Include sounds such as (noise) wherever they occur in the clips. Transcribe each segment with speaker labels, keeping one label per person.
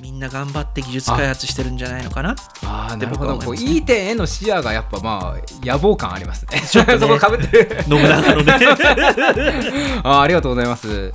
Speaker 1: みんな頑張って技術開発してるんじゃないのかな
Speaker 2: ああなるほ
Speaker 1: って僕は思いま
Speaker 2: ど
Speaker 1: す
Speaker 2: こういい点への視野がやっぱまあ野望感ありますね
Speaker 1: (laughs) ちょっとね
Speaker 2: そこかぶってる
Speaker 1: 信長のね
Speaker 2: (laughs) あーありがとうございます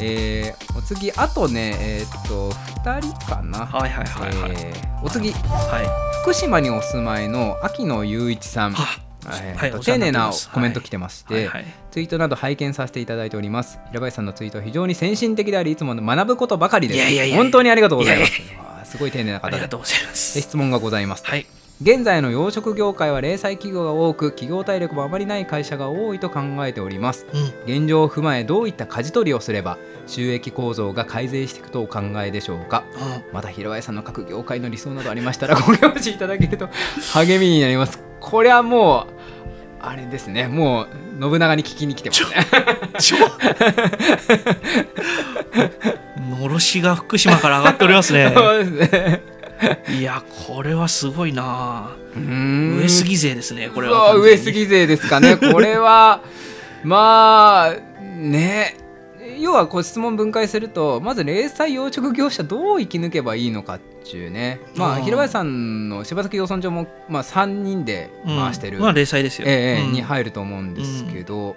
Speaker 2: えー、お次あとねえーっと2人かな
Speaker 1: (laughs) はいはいはいはい
Speaker 2: えーお次
Speaker 1: はい
Speaker 2: 福島にお住まいの秋野雄一さん
Speaker 1: は
Speaker 2: えー
Speaker 1: はい
Speaker 2: と
Speaker 1: お世話
Speaker 2: 丁
Speaker 1: になって
Speaker 2: 寧な
Speaker 1: ます
Speaker 2: コメント来てまして、
Speaker 1: はいはい
Speaker 2: ツイートなど拝見させていただいております平林さんのツイートは非常に先進的でありいつも学ぶことばかりです
Speaker 1: いやいやいや
Speaker 2: 本当にありがとうございますわあすごい丁寧な
Speaker 1: あ
Speaker 2: 方
Speaker 1: り
Speaker 2: で
Speaker 1: がとうございます
Speaker 2: で質問がございます
Speaker 1: はい
Speaker 2: 現在の養殖業界は零細企業が多く企業体力もあまりない会社が多いと考えております
Speaker 1: うん
Speaker 2: 現状を踏まえどういった舵取りをすれば収益構造が改善していくとお考えでしょうか
Speaker 1: うん
Speaker 2: また平林さんの各業界の理想などありましたらご教示いただけ (laughs) ると励みになりますこれはもうあれですねもう信長に聞きに来てますね
Speaker 1: ちょ (laughs) のろしが福島から上がっております
Speaker 2: (laughs)
Speaker 1: ね
Speaker 2: そうですね
Speaker 1: いやこれはすごいな
Speaker 2: うーん
Speaker 1: 上杉勢ですねこれは
Speaker 2: そう上杉勢ですかねこれはまあね要はこう質問分解するとまず零細養殖業者どう生き抜けばいいのかっていうねま
Speaker 1: う
Speaker 2: あ
Speaker 1: ん
Speaker 2: 平林さんの柴崎養豚場も、まあ、3人で回してる、
Speaker 1: うんまあ零細ですよ、
Speaker 2: ええ
Speaker 1: うん
Speaker 2: に入ると思うんですけど、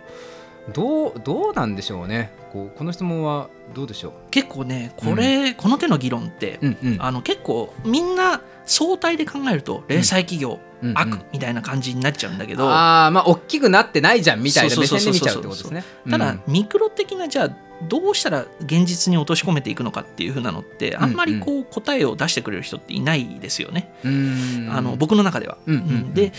Speaker 2: どうどうなんでしょうねこうこの質問はどうでしょ
Speaker 1: 結構ねこれ、この手の議論って、
Speaker 2: う、うんうん
Speaker 1: あの結構みんな総体で考えると零細企業、
Speaker 2: うんうん
Speaker 1: 悪みたいな感じになっちゃうんだけど、
Speaker 2: あーまあ大きくなってないじゃんみたいな
Speaker 1: そう
Speaker 2: 目
Speaker 1: そう
Speaker 2: 線
Speaker 1: そ
Speaker 2: で
Speaker 1: うそう
Speaker 2: 見ちゃうってことですね。
Speaker 1: た
Speaker 2: う
Speaker 1: だ
Speaker 2: ん
Speaker 1: ミクロ的なじゃあどうしたら現実に落とし込めていくのかっていう風なのってあんまりこう答えを出してくれる人っていないですよね、
Speaker 2: うん
Speaker 1: あの僕の中では。
Speaker 2: うんうんうん
Speaker 1: で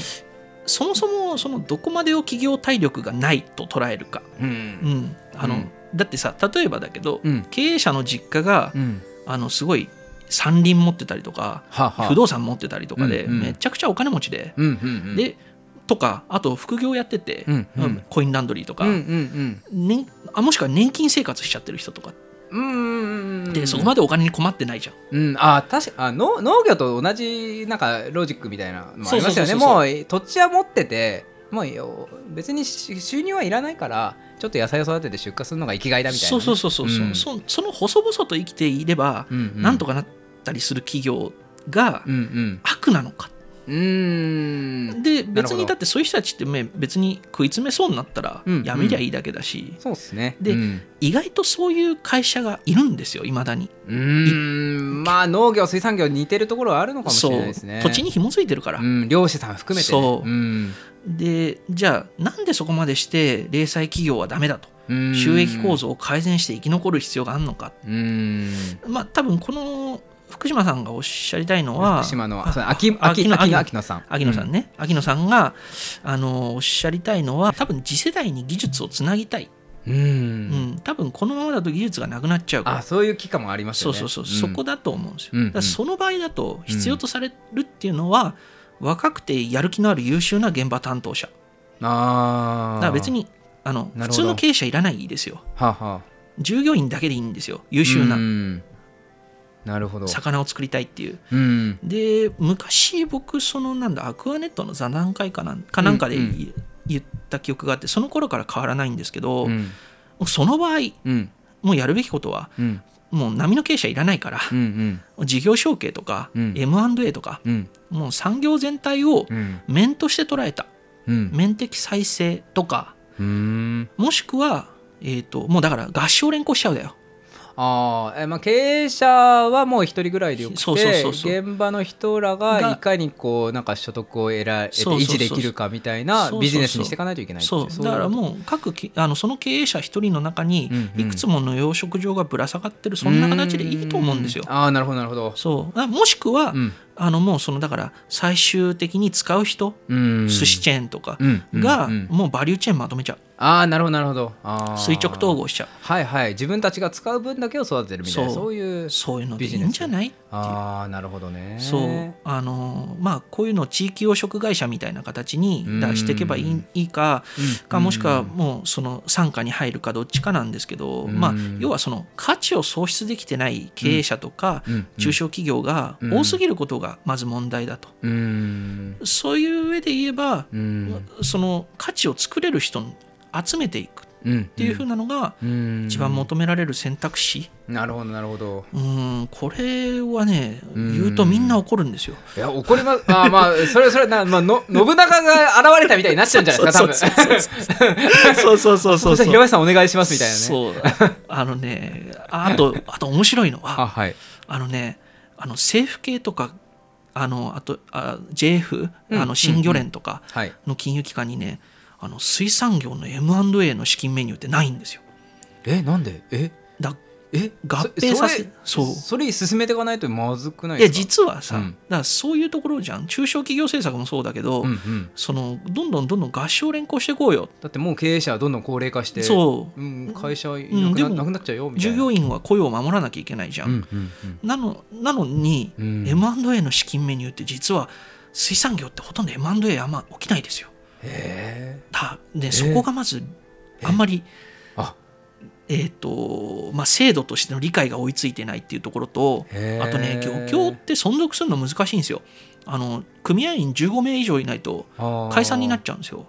Speaker 1: そもそもそのどこまでを企業体力がないと捉えるか、
Speaker 2: うん
Speaker 1: うんあの
Speaker 2: うん
Speaker 1: だってさ例えばだけど、
Speaker 2: うん
Speaker 1: 経営者の実家が、
Speaker 2: うん
Speaker 1: あのすごい山林持ってたりとか、
Speaker 2: はは
Speaker 1: 不動産持ってたりとかで、
Speaker 2: うんうん
Speaker 1: めちゃくちゃお金持ちで、
Speaker 2: うんうんうん、
Speaker 1: でとかあと副業やってて、
Speaker 2: うんうん
Speaker 1: うんコインランドリーと
Speaker 2: う
Speaker 1: か、
Speaker 2: んうん
Speaker 1: ね、あもしくは年金生活しちゃってる人とか
Speaker 2: うんうんうん
Speaker 1: でそこまでお金に困ってないじゃん。
Speaker 2: うん、あ確かあ農農業と同じなんかロジックみたいなのもあります
Speaker 1: そうそう
Speaker 2: よ
Speaker 1: そ
Speaker 2: ね
Speaker 1: うそう
Speaker 2: もう土地は持っててもうよ別にし収入はいらないからちょっと野菜を育てて出荷するのが生きがいだみたいな
Speaker 1: そ
Speaker 2: ね、
Speaker 1: うそうそうそう、
Speaker 2: うん
Speaker 1: そその細々と生きていれば、
Speaker 2: うんうん
Speaker 1: なんとかなったりする企業が
Speaker 2: うん
Speaker 1: 悪なのか。
Speaker 2: うんうーん
Speaker 1: で
Speaker 2: なる
Speaker 1: 別
Speaker 2: ほ
Speaker 1: に
Speaker 2: ど
Speaker 1: だってそういう人たちってね別に食い詰めそうになったら
Speaker 2: うん
Speaker 1: やめりゃいいだけだし、
Speaker 2: そうっすね
Speaker 1: で
Speaker 2: うん
Speaker 1: 意外とそういう会社がいるんですよいまだに。
Speaker 2: うーんまあ農業水産業似てるところはあるのかもし
Speaker 1: そ
Speaker 2: れないうですね
Speaker 1: 土地に紐づいてるから、
Speaker 2: うん、漁師さん含めてね、
Speaker 1: そう
Speaker 2: うん
Speaker 1: でじゃあなんでそこまでして零細企業はダメだと
Speaker 2: うん
Speaker 1: 収益構造を改善して生き残る必要があるのか
Speaker 2: うん
Speaker 1: まあ多分この福島さんがおっしゃりたいのは
Speaker 2: 福島の
Speaker 1: あ
Speaker 2: そう秋
Speaker 1: 秋
Speaker 2: 秋
Speaker 1: の
Speaker 2: の
Speaker 1: 秋
Speaker 2: 秋
Speaker 1: の
Speaker 2: の秋野さん
Speaker 1: 秋野さんね、秋野さんがあのおっしゃりたいのは多分次世代に技術をつなぎたい、
Speaker 2: うん、うん
Speaker 1: うん、多分このままだと技術がなくなっちゃうから
Speaker 2: あそういう期間もあります
Speaker 1: そ
Speaker 2: よ
Speaker 1: う
Speaker 2: ね
Speaker 1: そうそう、
Speaker 2: ん
Speaker 1: そこだと思うんですよ。
Speaker 2: うんうん
Speaker 1: だからその場合だと必要とされるっていうのは、若くてやる気のある優秀な現場担当者。
Speaker 2: ああ
Speaker 1: だから別にあの
Speaker 2: な
Speaker 1: 普
Speaker 2: るほど
Speaker 1: 通の経営者いらないですよ。
Speaker 2: はあはあ
Speaker 1: 従業員だけでいいんですよ。優秀
Speaker 2: う
Speaker 1: なん
Speaker 2: なるほど
Speaker 1: 魚を作りたいっていう。
Speaker 2: うん
Speaker 1: で昔僕そのなんだアクアネットの座談会かなんかなんかでい、
Speaker 2: うんう
Speaker 1: 言った記憶があってその頃から変わらないんですけど、
Speaker 2: う
Speaker 1: も
Speaker 2: ん
Speaker 1: うその場合
Speaker 2: うん
Speaker 1: もうやるべきことは
Speaker 2: うん
Speaker 1: もう波の経営者いらないから
Speaker 2: うんう、ん
Speaker 1: 事業承継とか、
Speaker 2: うん
Speaker 1: M&A とか、
Speaker 2: うん
Speaker 1: もう産業全体を
Speaker 2: うん
Speaker 1: 面として捉えた
Speaker 2: うん
Speaker 1: 面的再生とか
Speaker 2: うん
Speaker 1: もしくは、えー、ともうだから合唱連行しちゃうだよ
Speaker 2: あーえまあ経営者はもう一人ぐらいでよくて
Speaker 1: そうそうそうそう
Speaker 2: 現場の人ら
Speaker 1: が
Speaker 2: がいかにこうなんか所得を得られて
Speaker 1: そうそう
Speaker 2: 維
Speaker 1: そう
Speaker 2: 持できるかみたい
Speaker 1: そう
Speaker 2: な
Speaker 1: そうそう
Speaker 2: ビジネスにしていかないといけないってい
Speaker 1: そうだからもう各きあのその経営者一人の中に
Speaker 2: うんうん
Speaker 1: いくつもの養殖場がぶら下がってるそんな形でいいと思うんですよ
Speaker 2: ああなるほどなるほど
Speaker 1: そうあもしくは、
Speaker 2: うん
Speaker 1: あのもうそのだから最終的に使う人、
Speaker 2: うん
Speaker 1: 寿司チェーンとか
Speaker 2: うんうん
Speaker 1: が
Speaker 2: うん
Speaker 1: もうバリューチェーンまとめちゃう
Speaker 2: ああなるほどなるほどあー
Speaker 1: 垂直統合しちゃ
Speaker 2: はいはい自分たちが使う分だけを育てるみたいな
Speaker 1: そう
Speaker 2: そういう
Speaker 1: うそういうのでいいんじゃないっていう
Speaker 2: ああなるほどね
Speaker 1: そうあのまあこういうのを地域養殖会社みたいな形に
Speaker 2: うん
Speaker 1: 出していけばいいいいかか
Speaker 2: うん
Speaker 1: もしくはもうその傘下に入るかどっちかなんですけど
Speaker 2: うん
Speaker 1: まあ要はその価値を創出できてない経営者とか
Speaker 2: うんうん
Speaker 1: 中小企業が多すぎることがまず問題だと
Speaker 2: うーん
Speaker 1: そういう上で言えば
Speaker 2: うーん
Speaker 1: その価値を作れる人に集めていく
Speaker 2: うん
Speaker 1: ていう風なのが
Speaker 2: うん
Speaker 1: 一番求められる選択肢、
Speaker 2: なるほどなるほど
Speaker 1: うん、これはね
Speaker 2: うん
Speaker 1: 言うとみんな怒るんですよ。
Speaker 2: いや怒りますまあまあそれそれな、まあ、の信長が現れたみたいになっちゃうんじゃないですか多分 (laughs)
Speaker 1: そうそうそうそうそうそうそう
Speaker 2: そ
Speaker 1: そう
Speaker 2: 平林さんお願いしますみたいなね
Speaker 1: そうあのねああとあと面白いのは
Speaker 2: あはい
Speaker 1: あのねあの政府系とかあのあとあ JF、
Speaker 2: うん
Speaker 1: あの新漁連とか
Speaker 2: はい
Speaker 1: の金融機関にねあの水産業の M&A の資金メニューってないんですよ。
Speaker 2: えなんでえ
Speaker 1: だ
Speaker 2: え
Speaker 1: 合併させそ
Speaker 2: そ
Speaker 1: う
Speaker 2: れそれ進めていかないとまずくない
Speaker 1: いや
Speaker 2: ですか
Speaker 1: 実はさ、
Speaker 2: うん
Speaker 1: だからそういうところじゃん中小企業政策もそうだけど、
Speaker 2: うんうん、
Speaker 1: そのどんどんどんどん合唱連行していこうよ
Speaker 2: だってもう経営者はどんどん高齢化して、
Speaker 1: そう
Speaker 2: ん、会社い
Speaker 1: うん
Speaker 2: なく
Speaker 1: で
Speaker 2: な,、
Speaker 1: も
Speaker 2: なくなっちゃうよみた
Speaker 1: 従
Speaker 2: いな
Speaker 1: 業員は雇用を守らなきゃいけないじゃん、
Speaker 2: うんうんうん
Speaker 1: なのなのに、
Speaker 2: うん
Speaker 1: M&A の資金メニューって実は水産業ってほとんど M&A あんま起きないですよ
Speaker 2: へ
Speaker 1: だ
Speaker 2: え
Speaker 1: でそこがまずあんまり
Speaker 2: あ
Speaker 1: えっ、とまあ制度としての理解が追いついてないっていうところと
Speaker 2: へー
Speaker 1: あとね漁協って存続するの難しいんですよあの組合員15名以上いないと
Speaker 2: ー
Speaker 1: 解散になっちゃうんですよ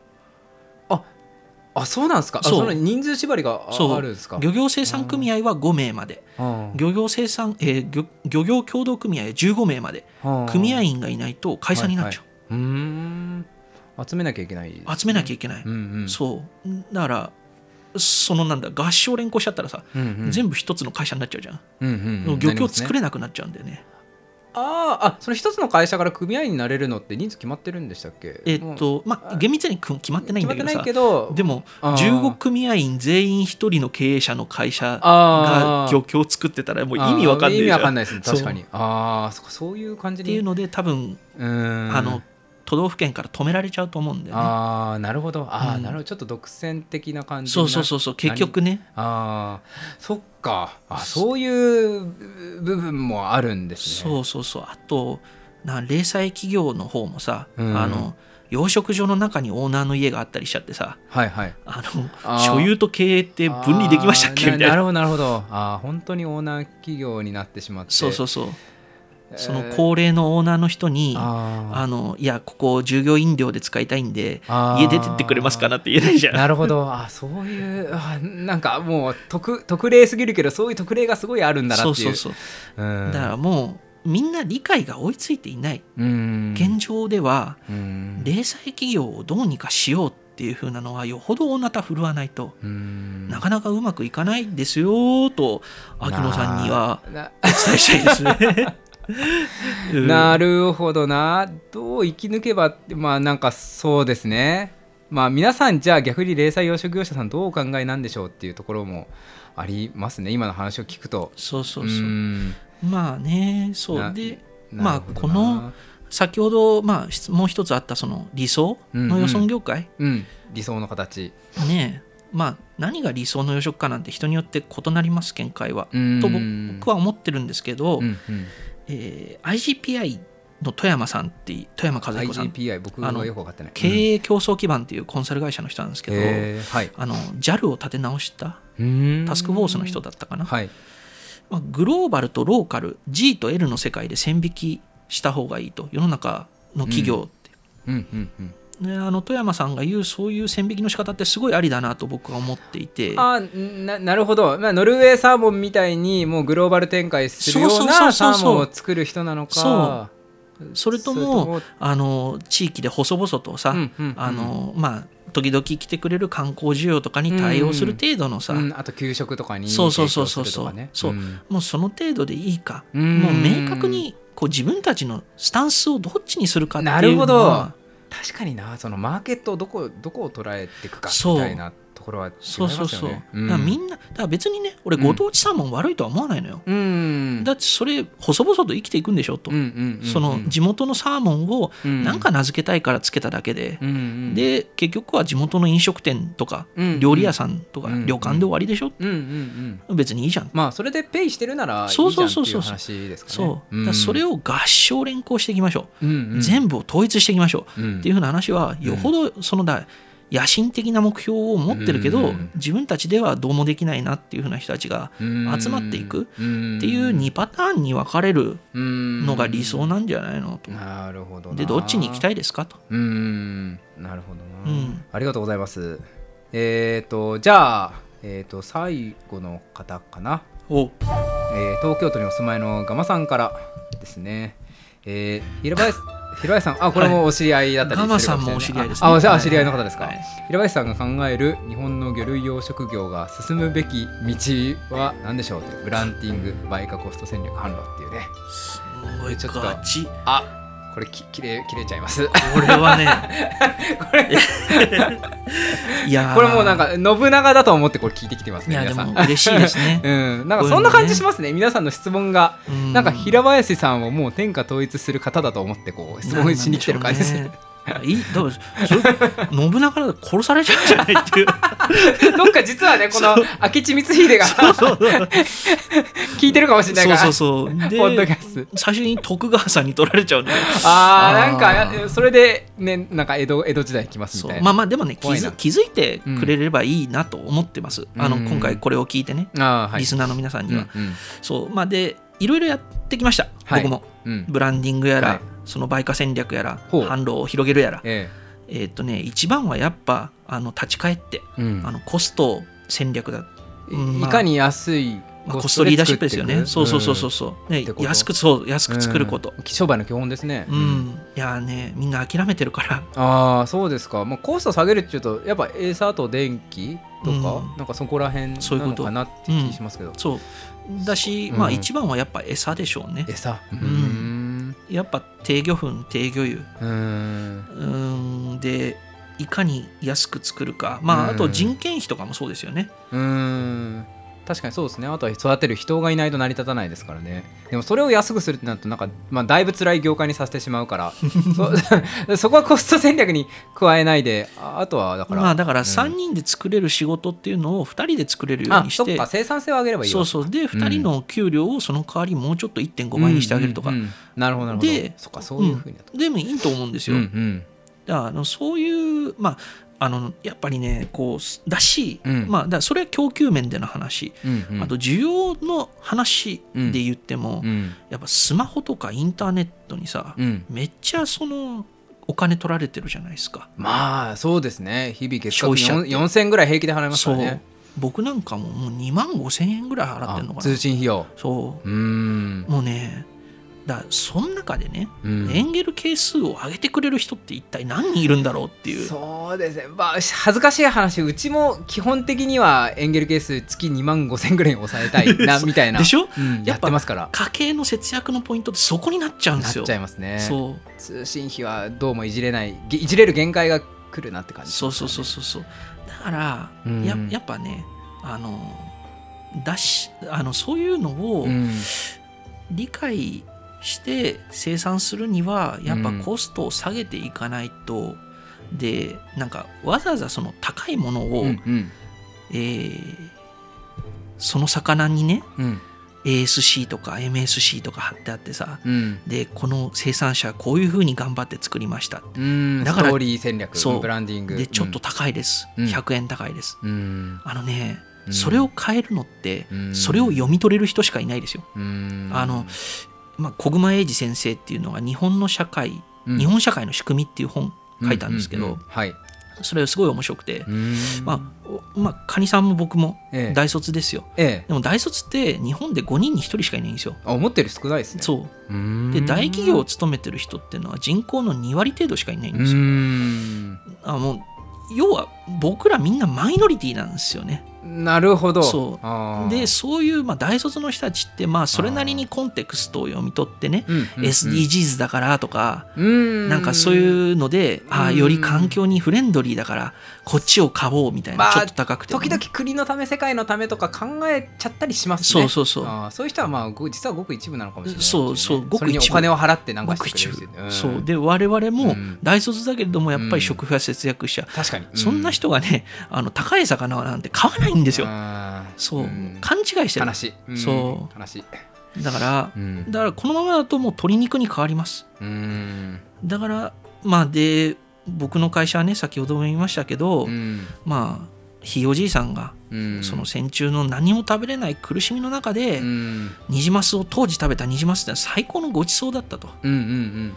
Speaker 2: あそうなんですかあ
Speaker 1: そう
Speaker 2: その人数縛りがあ
Speaker 1: そう
Speaker 2: あるんですか
Speaker 1: 漁業生産組合は5名まで
Speaker 2: あー
Speaker 1: 漁業生産、えー漁漁業協同組合は15名まで
Speaker 2: あー
Speaker 1: 組合員がいないと解散になっちゃう、
Speaker 2: うーん集めなきゃいけないですね、
Speaker 1: 集めなきゃいけない、
Speaker 2: うんうん
Speaker 1: そうだからそのなんだ合唱連行しちゃったらさ、
Speaker 2: うんうん
Speaker 1: 全部一つの会社になっちゃうじゃん、
Speaker 2: うんうんうん
Speaker 1: 漁協作
Speaker 2: なりますね
Speaker 1: れなくなっちゃうんだよね
Speaker 2: あーあその一つの会社から組合員になれるのって人数決まってるんでしたっけ
Speaker 1: えっとまあ厳密にく決まってないんだけど
Speaker 2: 決ま
Speaker 1: さ
Speaker 2: ってないけど
Speaker 1: でも
Speaker 2: あー
Speaker 1: 15組合員全員一人の経営者の会社
Speaker 2: あ
Speaker 1: が
Speaker 2: ー
Speaker 1: 漁協作ってたらもう意味わかんない
Speaker 2: あー意
Speaker 1: じ
Speaker 2: 味
Speaker 1: ゃ
Speaker 2: わ
Speaker 1: ん
Speaker 2: かんないですね確か
Speaker 1: そう
Speaker 2: にああそっかそういう感じ
Speaker 1: って
Speaker 2: に
Speaker 1: いうので多分
Speaker 2: うーん
Speaker 1: あの都道府県から止められちゃうと思うんだよね
Speaker 2: あーなるほどああ、
Speaker 1: うん
Speaker 2: なるほどちょっと独占的な感じ
Speaker 1: そうそうそうそう結局ね
Speaker 2: ああそっかあそういう部分もあるんですね
Speaker 1: そうそうそうあとな零細企業の方もさ、
Speaker 2: うん
Speaker 1: あの養殖場の中にオーナーの家があったりしちゃってさ
Speaker 2: はいはい
Speaker 1: あの
Speaker 2: あー
Speaker 1: 所有と経営って分離できましたっけ
Speaker 2: あー
Speaker 1: みたいな
Speaker 2: なるほどなるほどああ本当にオーナー企業になってしまって
Speaker 1: そうそううそう、
Speaker 2: えー
Speaker 1: その高齢のオーナーの人にあ
Speaker 2: あ
Speaker 1: のいやここ従業員料で使いたいんで
Speaker 2: あー
Speaker 1: 家出てってくれますかなって言えないじ
Speaker 2: あ
Speaker 1: ゃん
Speaker 2: なるほどあーそういうあーなんかもう特特例すぎるけどそういう特例がすごいあるんだな
Speaker 1: そう
Speaker 2: ってい
Speaker 1: そううそう
Speaker 2: ううん
Speaker 1: だからもうみんな理解が追いついていない
Speaker 2: うん
Speaker 1: 現状では、
Speaker 2: うん
Speaker 1: 零細企業をどうにかしようっていう風なのはよほど大なた振るわないと
Speaker 2: うん
Speaker 1: なかなかうまくいかないですよと秋野さんには
Speaker 2: な
Speaker 1: お伝えしたいです
Speaker 2: (laughs)
Speaker 1: ね。うん
Speaker 2: なるほどなどう生き抜けばってまあなんかそうですねまあ皆さんじゃあ逆に零細養殖業者さんどうお考えなんでしょうっていうところもありますね今の話を聞くと
Speaker 1: そうそう
Speaker 2: う
Speaker 1: そう、
Speaker 2: ん
Speaker 1: まあねそ
Speaker 2: な
Speaker 1: うでま
Speaker 2: な
Speaker 1: あ
Speaker 2: る
Speaker 1: こ
Speaker 2: ほどな
Speaker 1: の先ほど、まあ質、もう一つあったその理想の予算業界、
Speaker 2: うん理想の形
Speaker 1: ねえまあ何が理想の予測かなんて人によって異なります見解は。
Speaker 2: うん
Speaker 1: と僕は思ってるんですけど、
Speaker 2: うんうん
Speaker 1: えー IGPI の富山さんって富山和彦さん
Speaker 2: IGPI 僕
Speaker 1: あの
Speaker 2: はよく分かってない営
Speaker 1: 経営競争基盤っていうコンサル会社の人なんですけど、
Speaker 2: はい
Speaker 1: あの JAL を立て直したタスクフォースの人だったかな、
Speaker 2: はい
Speaker 1: まあ、グローバルとローカル G と L の世界で線引きした方がいいと世の中の企業って、
Speaker 2: うんうんうん
Speaker 1: であの富山さんが言うそういう線引きの仕方ってすごいありだなと僕は思っていて
Speaker 2: あーななるほど、まあ、ノルウェーサーモンみたいにもうグローバル展開するよ
Speaker 1: そうそう
Speaker 2: う
Speaker 1: そう
Speaker 2: な
Speaker 1: そ
Speaker 2: サ
Speaker 1: う
Speaker 2: ーモンを作る人なのか
Speaker 1: それともあの地域で細々とさ、
Speaker 2: うんうんうん
Speaker 1: あのまあ時々来てくれる観光需要とかに対応する程度のさ、
Speaker 2: うんあと給食とかに
Speaker 1: そうそうそうそう
Speaker 2: 提供するとかね
Speaker 1: そう
Speaker 2: うん
Speaker 1: もうその程度でいいか、
Speaker 2: うん
Speaker 1: もう明確にこう自分たちのスタンスをどっちにするかって
Speaker 2: ないる
Speaker 1: うの
Speaker 2: ほ
Speaker 1: は
Speaker 2: ど確かになそのマーケットをどこどこを捉えていくか
Speaker 1: そう
Speaker 2: みたいなところは違います
Speaker 1: そ
Speaker 2: よ
Speaker 1: う
Speaker 2: ね
Speaker 1: そうそう、
Speaker 2: ん
Speaker 1: だからみんなだから別にね俺
Speaker 2: うん
Speaker 1: ご当地サーモン悪いとは思わないのよ、
Speaker 2: うん
Speaker 1: だってそれ細々と生きていくんでしょと、
Speaker 2: うんうんうん
Speaker 1: その地元のサーモンを
Speaker 2: うん
Speaker 1: なんか名付けたいからつけただけで、
Speaker 2: うんうん
Speaker 1: で結局は地元の飲食店とか、
Speaker 2: うん
Speaker 1: 料理屋さんとか、
Speaker 2: うん
Speaker 1: 旅館で終わりでしょ、
Speaker 2: うんうんうん
Speaker 1: 別にいいじゃん、
Speaker 2: まあそれでペイしてるならいいじゃ
Speaker 1: そ
Speaker 2: ん
Speaker 1: う
Speaker 2: って
Speaker 1: そうそう
Speaker 2: い
Speaker 1: そうう
Speaker 2: 話ですかね
Speaker 1: そうだからそれ
Speaker 2: を
Speaker 1: を合唱連行していきましょう、
Speaker 2: 全
Speaker 1: 全部を統一していきましょう、
Speaker 2: 部
Speaker 1: っていうふうな話はよほどそのだ野心的な目標を持ってるけど、
Speaker 2: うん
Speaker 1: 自分たちではどうもできないなっていうふうな人たちが集まっていく
Speaker 2: ってい
Speaker 1: っていう2パターンに分かれるの
Speaker 2: の
Speaker 1: が理想なんじゃないのと。
Speaker 2: なるほどな
Speaker 1: でどっちに行きた
Speaker 2: い
Speaker 1: いですかと。
Speaker 2: うーんなるほどな、
Speaker 1: うん
Speaker 2: ありがとうございますえっ、とじゃあ、えー、と最後の方かな、
Speaker 1: お
Speaker 2: えー東京都にお住まいのガマさんからですね、えー、平
Speaker 1: (laughs)
Speaker 2: 林平林さんあこれもお知り合いだったり
Speaker 1: ガマさんもお
Speaker 2: す
Speaker 1: 知
Speaker 2: る
Speaker 1: り
Speaker 2: か
Speaker 1: 合い
Speaker 2: も
Speaker 1: です
Speaker 2: し
Speaker 1: ね
Speaker 2: れないあお知あお知り合いの方ですか、
Speaker 1: はい
Speaker 2: 平林さんが考える日本の魚類養殖業が進むべき道は何でしょうというブランティング売価コスト戦略販路っていうね
Speaker 1: すごい
Speaker 2: ちょっと
Speaker 1: ガチこ
Speaker 2: あこれき切れ切れちゃいます
Speaker 1: れは
Speaker 2: (laughs)
Speaker 1: ねいやー
Speaker 2: これもうなんか信長だと思ってこれ聞いてきてます
Speaker 1: い
Speaker 2: ね
Speaker 1: や
Speaker 2: 皆
Speaker 1: で
Speaker 2: さん
Speaker 1: も嬉しいです
Speaker 2: (laughs)
Speaker 1: ね、
Speaker 2: うん、なんかそんな感じしますね皆さんの質問が、
Speaker 1: う
Speaker 2: なんか平林さんをもう天下統一する方だと思ってこう質問しに来てる感じです
Speaker 1: なん
Speaker 2: ね
Speaker 1: なんでしょうねいいだからそれ信長だと殺されちゃうんじゃないっていう
Speaker 2: (laughs) どっか実はね
Speaker 1: (laughs)
Speaker 2: この明智光秀が
Speaker 1: そう
Speaker 2: (laughs) 聞いてるかもしれないから
Speaker 1: そうそうそう
Speaker 2: ポッドキ
Speaker 1: で
Speaker 2: ャスト
Speaker 1: 最終に徳川さんに取られちゃうんで
Speaker 2: あー
Speaker 1: あー
Speaker 2: なんかそれでねなんか江戸江戸時代来ますみ
Speaker 1: そ
Speaker 2: た
Speaker 1: う
Speaker 2: い
Speaker 1: ま
Speaker 2: な
Speaker 1: あまあでもね気
Speaker 2: 怖いな
Speaker 1: づ気づいてくれればいいなと思ってます、
Speaker 2: うん
Speaker 1: あの
Speaker 2: うん
Speaker 1: 今回これを聞いてね、
Speaker 2: あーはい
Speaker 1: リスナーの皆さんには、
Speaker 2: うんうん
Speaker 1: そうまあでいろいろやってきました、
Speaker 2: はい
Speaker 1: 僕も
Speaker 2: うん
Speaker 1: ブランディングやら、
Speaker 2: はい
Speaker 1: その売価戦略やら
Speaker 2: ほう
Speaker 1: 販路を広げるやらえ
Speaker 2: え
Speaker 1: ーっとね一番はやっぱあの立ち返って
Speaker 2: えうん
Speaker 1: あのコスト戦略だ、うん
Speaker 2: いかに安い
Speaker 1: まあコストリーダーシップですよねそうそうそうそううそう、ね
Speaker 2: ってこと
Speaker 1: 安くそう安
Speaker 2: 作
Speaker 1: く作ること、
Speaker 2: 商売の基本ですね
Speaker 1: うんいやーねみんな諦めてるから (laughs)
Speaker 2: ああそうですか、まあ、コスト下げるっていうとやっぱ餌と電気
Speaker 1: う
Speaker 2: とか、
Speaker 1: ん
Speaker 2: なんかそこら辺な
Speaker 1: そういう
Speaker 2: の
Speaker 1: こと
Speaker 2: かなって気しますけど、
Speaker 1: そうだし、
Speaker 2: うん
Speaker 1: まあ一番はやっぱ餌でしょうね
Speaker 2: 餌うー
Speaker 1: ん
Speaker 2: ん
Speaker 1: やっぱ低魚粉低魚油
Speaker 2: うーん
Speaker 1: うーんでいかに安く作るかまあ
Speaker 2: うん
Speaker 1: あと人件費とかもそうですよね
Speaker 2: うーん確かにそうですねあとは育てる人がいないと成り立たないですからねでもそれを安くするってなるとなんか、まあ、だいぶ辛い業界にさせてしまうから
Speaker 1: (laughs)
Speaker 2: そ (laughs) そこはコスト戦略に加えないでああとはだから、
Speaker 1: まあだから
Speaker 2: うん
Speaker 1: 3人で作れる仕事っていうのを2人で作れるよう
Speaker 2: あ
Speaker 1: にし
Speaker 2: そってか生産性を上げればいい
Speaker 1: そう
Speaker 2: わ
Speaker 1: そうで2人の給料をその代わりもうちょっと1.5倍にしてあげるとか
Speaker 2: うんうんうんなるほどなるほど
Speaker 1: で
Speaker 2: そっかそういうふうにやっ
Speaker 1: でもいいと思うんです
Speaker 2: て
Speaker 1: よ
Speaker 2: う
Speaker 1: だか
Speaker 2: ん
Speaker 1: らあのそういうまああのやっぱりねこうだし
Speaker 2: うん
Speaker 1: まあだからそれは供給面での話
Speaker 2: うんうんうん
Speaker 1: あと需要の話で言っても
Speaker 2: うん
Speaker 1: やっぱスマホとかインターネットにさ
Speaker 2: うん
Speaker 1: めっちゃそのお金取られてるじゃないですか。
Speaker 2: まあそうですね日々月
Speaker 1: 消
Speaker 2: 額
Speaker 1: 費者
Speaker 2: 4 4000ぐらい平気で払います
Speaker 1: そ
Speaker 2: から
Speaker 1: う
Speaker 2: ね
Speaker 1: 僕なんかももう2万5千円ぐらい払ってるの
Speaker 2: あ
Speaker 1: かな
Speaker 2: 通信費用
Speaker 1: そう
Speaker 2: ーん
Speaker 1: うもうねだその中でね、
Speaker 2: うん
Speaker 1: エンゲル係数を上げてくれる人って一体何人いるんだろうっていう
Speaker 2: そうですね、まあ、恥ずかしい話うちも基本的にはエンゲル係数月2万5000ぐらいに抑えたい
Speaker 1: (laughs)
Speaker 2: なみたいな
Speaker 1: でしょ
Speaker 2: うん、や
Speaker 1: や
Speaker 2: っ
Speaker 1: ってぱ
Speaker 2: ますから
Speaker 1: 家計の節約のポイントってそこになっちゃうんで
Speaker 2: なっ
Speaker 1: すよ
Speaker 2: ちゃいますね
Speaker 1: そう
Speaker 2: 通信費はどうもいじれないげいじれる限界が来るなって感じ
Speaker 1: そうそうそうそうそうだから、
Speaker 2: うん
Speaker 1: ややっぱねあのだしあのそういうのを、
Speaker 2: うん
Speaker 1: 理解して生産するにはやっぱ
Speaker 2: うん
Speaker 1: コストを下げていかないと、でなんかわざわざその高いものを、
Speaker 2: うんうん
Speaker 1: えーその魚にね
Speaker 2: うん、
Speaker 1: ASC とか MSC とか貼ってあってさ
Speaker 2: うん
Speaker 1: でこの生産者こういうふうに頑張って作りました
Speaker 2: うん、
Speaker 1: だ
Speaker 2: ス
Speaker 1: か
Speaker 2: ト
Speaker 1: ら
Speaker 2: ーリー戦略
Speaker 1: そう
Speaker 2: ブランディング
Speaker 1: でちょっと、高いです、
Speaker 2: うん
Speaker 1: 100円高いです
Speaker 2: うんうん
Speaker 1: あのね、
Speaker 2: うん
Speaker 1: それを変えるのって、
Speaker 2: うん
Speaker 1: それを読み取れる人しかいないですよ、
Speaker 2: うん
Speaker 1: あの、まあ、小熊英二先生っていうのが日本の社会
Speaker 2: うん
Speaker 1: 日本社会の仕組みっていう本書いたんですけど、
Speaker 2: うううんはい、
Speaker 1: それすごい面白くて、
Speaker 2: ま
Speaker 1: まあおまあカニさんも僕も
Speaker 2: あ、ええ、
Speaker 1: 大卒ですよ、
Speaker 2: ええ
Speaker 1: でも大卒って日本で5人に1人しかいないんですよ
Speaker 2: あ思ったより少ないですね。
Speaker 1: そう
Speaker 2: うーん
Speaker 1: で大企業を勤めてる人っていうのは人口の2割程度しかいないん
Speaker 2: う
Speaker 1: ですよ、
Speaker 2: ーん
Speaker 1: あもう要は僕らみんなマイノリティなんですよね
Speaker 2: なるほど。
Speaker 1: そう
Speaker 2: あー
Speaker 1: でそういうまあ大卒の人たちってまあそれなりにコンテクストを読み取ってね
Speaker 2: うんうんうん
Speaker 1: SDGs だからとか、
Speaker 2: うーん
Speaker 1: なんかそう
Speaker 2: う
Speaker 1: いうので、ああ
Speaker 2: うん
Speaker 1: より環境にフレンドリーだからこっちを買おうみたいな、
Speaker 2: まあ
Speaker 1: ちょっと高くてもね、
Speaker 2: 時々国のため世界のためとか考えちゃったりします
Speaker 1: そ
Speaker 2: ね。
Speaker 1: うそうそう
Speaker 2: あーそういう人はまあご実はごく一部なのかもしれないっていね、
Speaker 1: そうそうご
Speaker 2: そ
Speaker 1: く
Speaker 2: れ
Speaker 1: 一部
Speaker 2: にお金を払ってなんか
Speaker 1: ごく
Speaker 2: してくれ
Speaker 1: 一
Speaker 2: る
Speaker 1: 部
Speaker 2: っていう、ん
Speaker 1: そうで我々
Speaker 2: う
Speaker 1: も
Speaker 2: ん
Speaker 1: 大卒だけれどもやっぱ
Speaker 2: うん
Speaker 1: り食費は節約しちゃう、
Speaker 2: 確かに、
Speaker 1: そんな人がねあの高い魚なんて買わないんですよ、
Speaker 2: あー
Speaker 1: そう、
Speaker 2: ん
Speaker 1: 勘違いしてる
Speaker 2: 悲しい。ん
Speaker 1: そ
Speaker 2: 悲しい。
Speaker 1: だから
Speaker 2: うん
Speaker 1: だからこのままだともう鶏肉に変わります
Speaker 2: うーん
Speaker 1: だからまあで僕の会社はね先ほども言いましたけど、
Speaker 2: うん
Speaker 1: まあひいおじいさんが
Speaker 2: うん
Speaker 1: その戦中の何も食べれない苦しみの中で、
Speaker 2: うん
Speaker 1: ニジマスを当時食べたニジマスってのは最高のごちそうだったと
Speaker 2: うんうん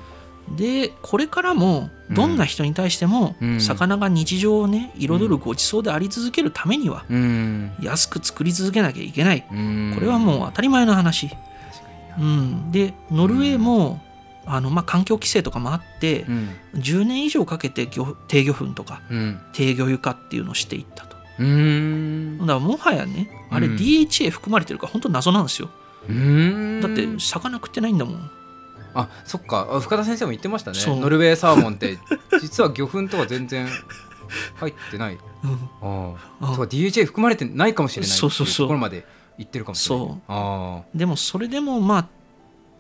Speaker 1: でこれからもどんな人に対しても
Speaker 2: うん
Speaker 1: 魚が日常をね彩るごちそうであり続けるためには
Speaker 2: うん
Speaker 1: 安く作り続けなきゃいけない
Speaker 2: うん
Speaker 1: これはもう当たり前の話、
Speaker 2: 確かに
Speaker 1: う、
Speaker 2: なん
Speaker 1: でノルウェーもあの、まあ、環境規制とかもあって
Speaker 2: うん
Speaker 1: 10年以上かけて漁低魚粉とか
Speaker 2: うん
Speaker 1: 低魚床っていうのをしていったと
Speaker 2: うん
Speaker 1: だからもはやねあれ
Speaker 2: うん
Speaker 1: DHA 含まれてるから本当謎なんですよ
Speaker 2: うん
Speaker 1: だって魚食ってないんだもん
Speaker 2: あそっかあ深田先生も言ってましたね
Speaker 1: そう
Speaker 2: ノルウェーサーモンって実は魚粉とか全然入ってない
Speaker 1: うん
Speaker 2: ああ
Speaker 1: うん
Speaker 2: とか DHA 含まれてないかもしれないって
Speaker 1: そ
Speaker 2: いう
Speaker 1: そう
Speaker 2: う
Speaker 1: そう
Speaker 2: ところまで言ってるかもしれない
Speaker 1: そう
Speaker 2: あ
Speaker 1: でもそれでもまあ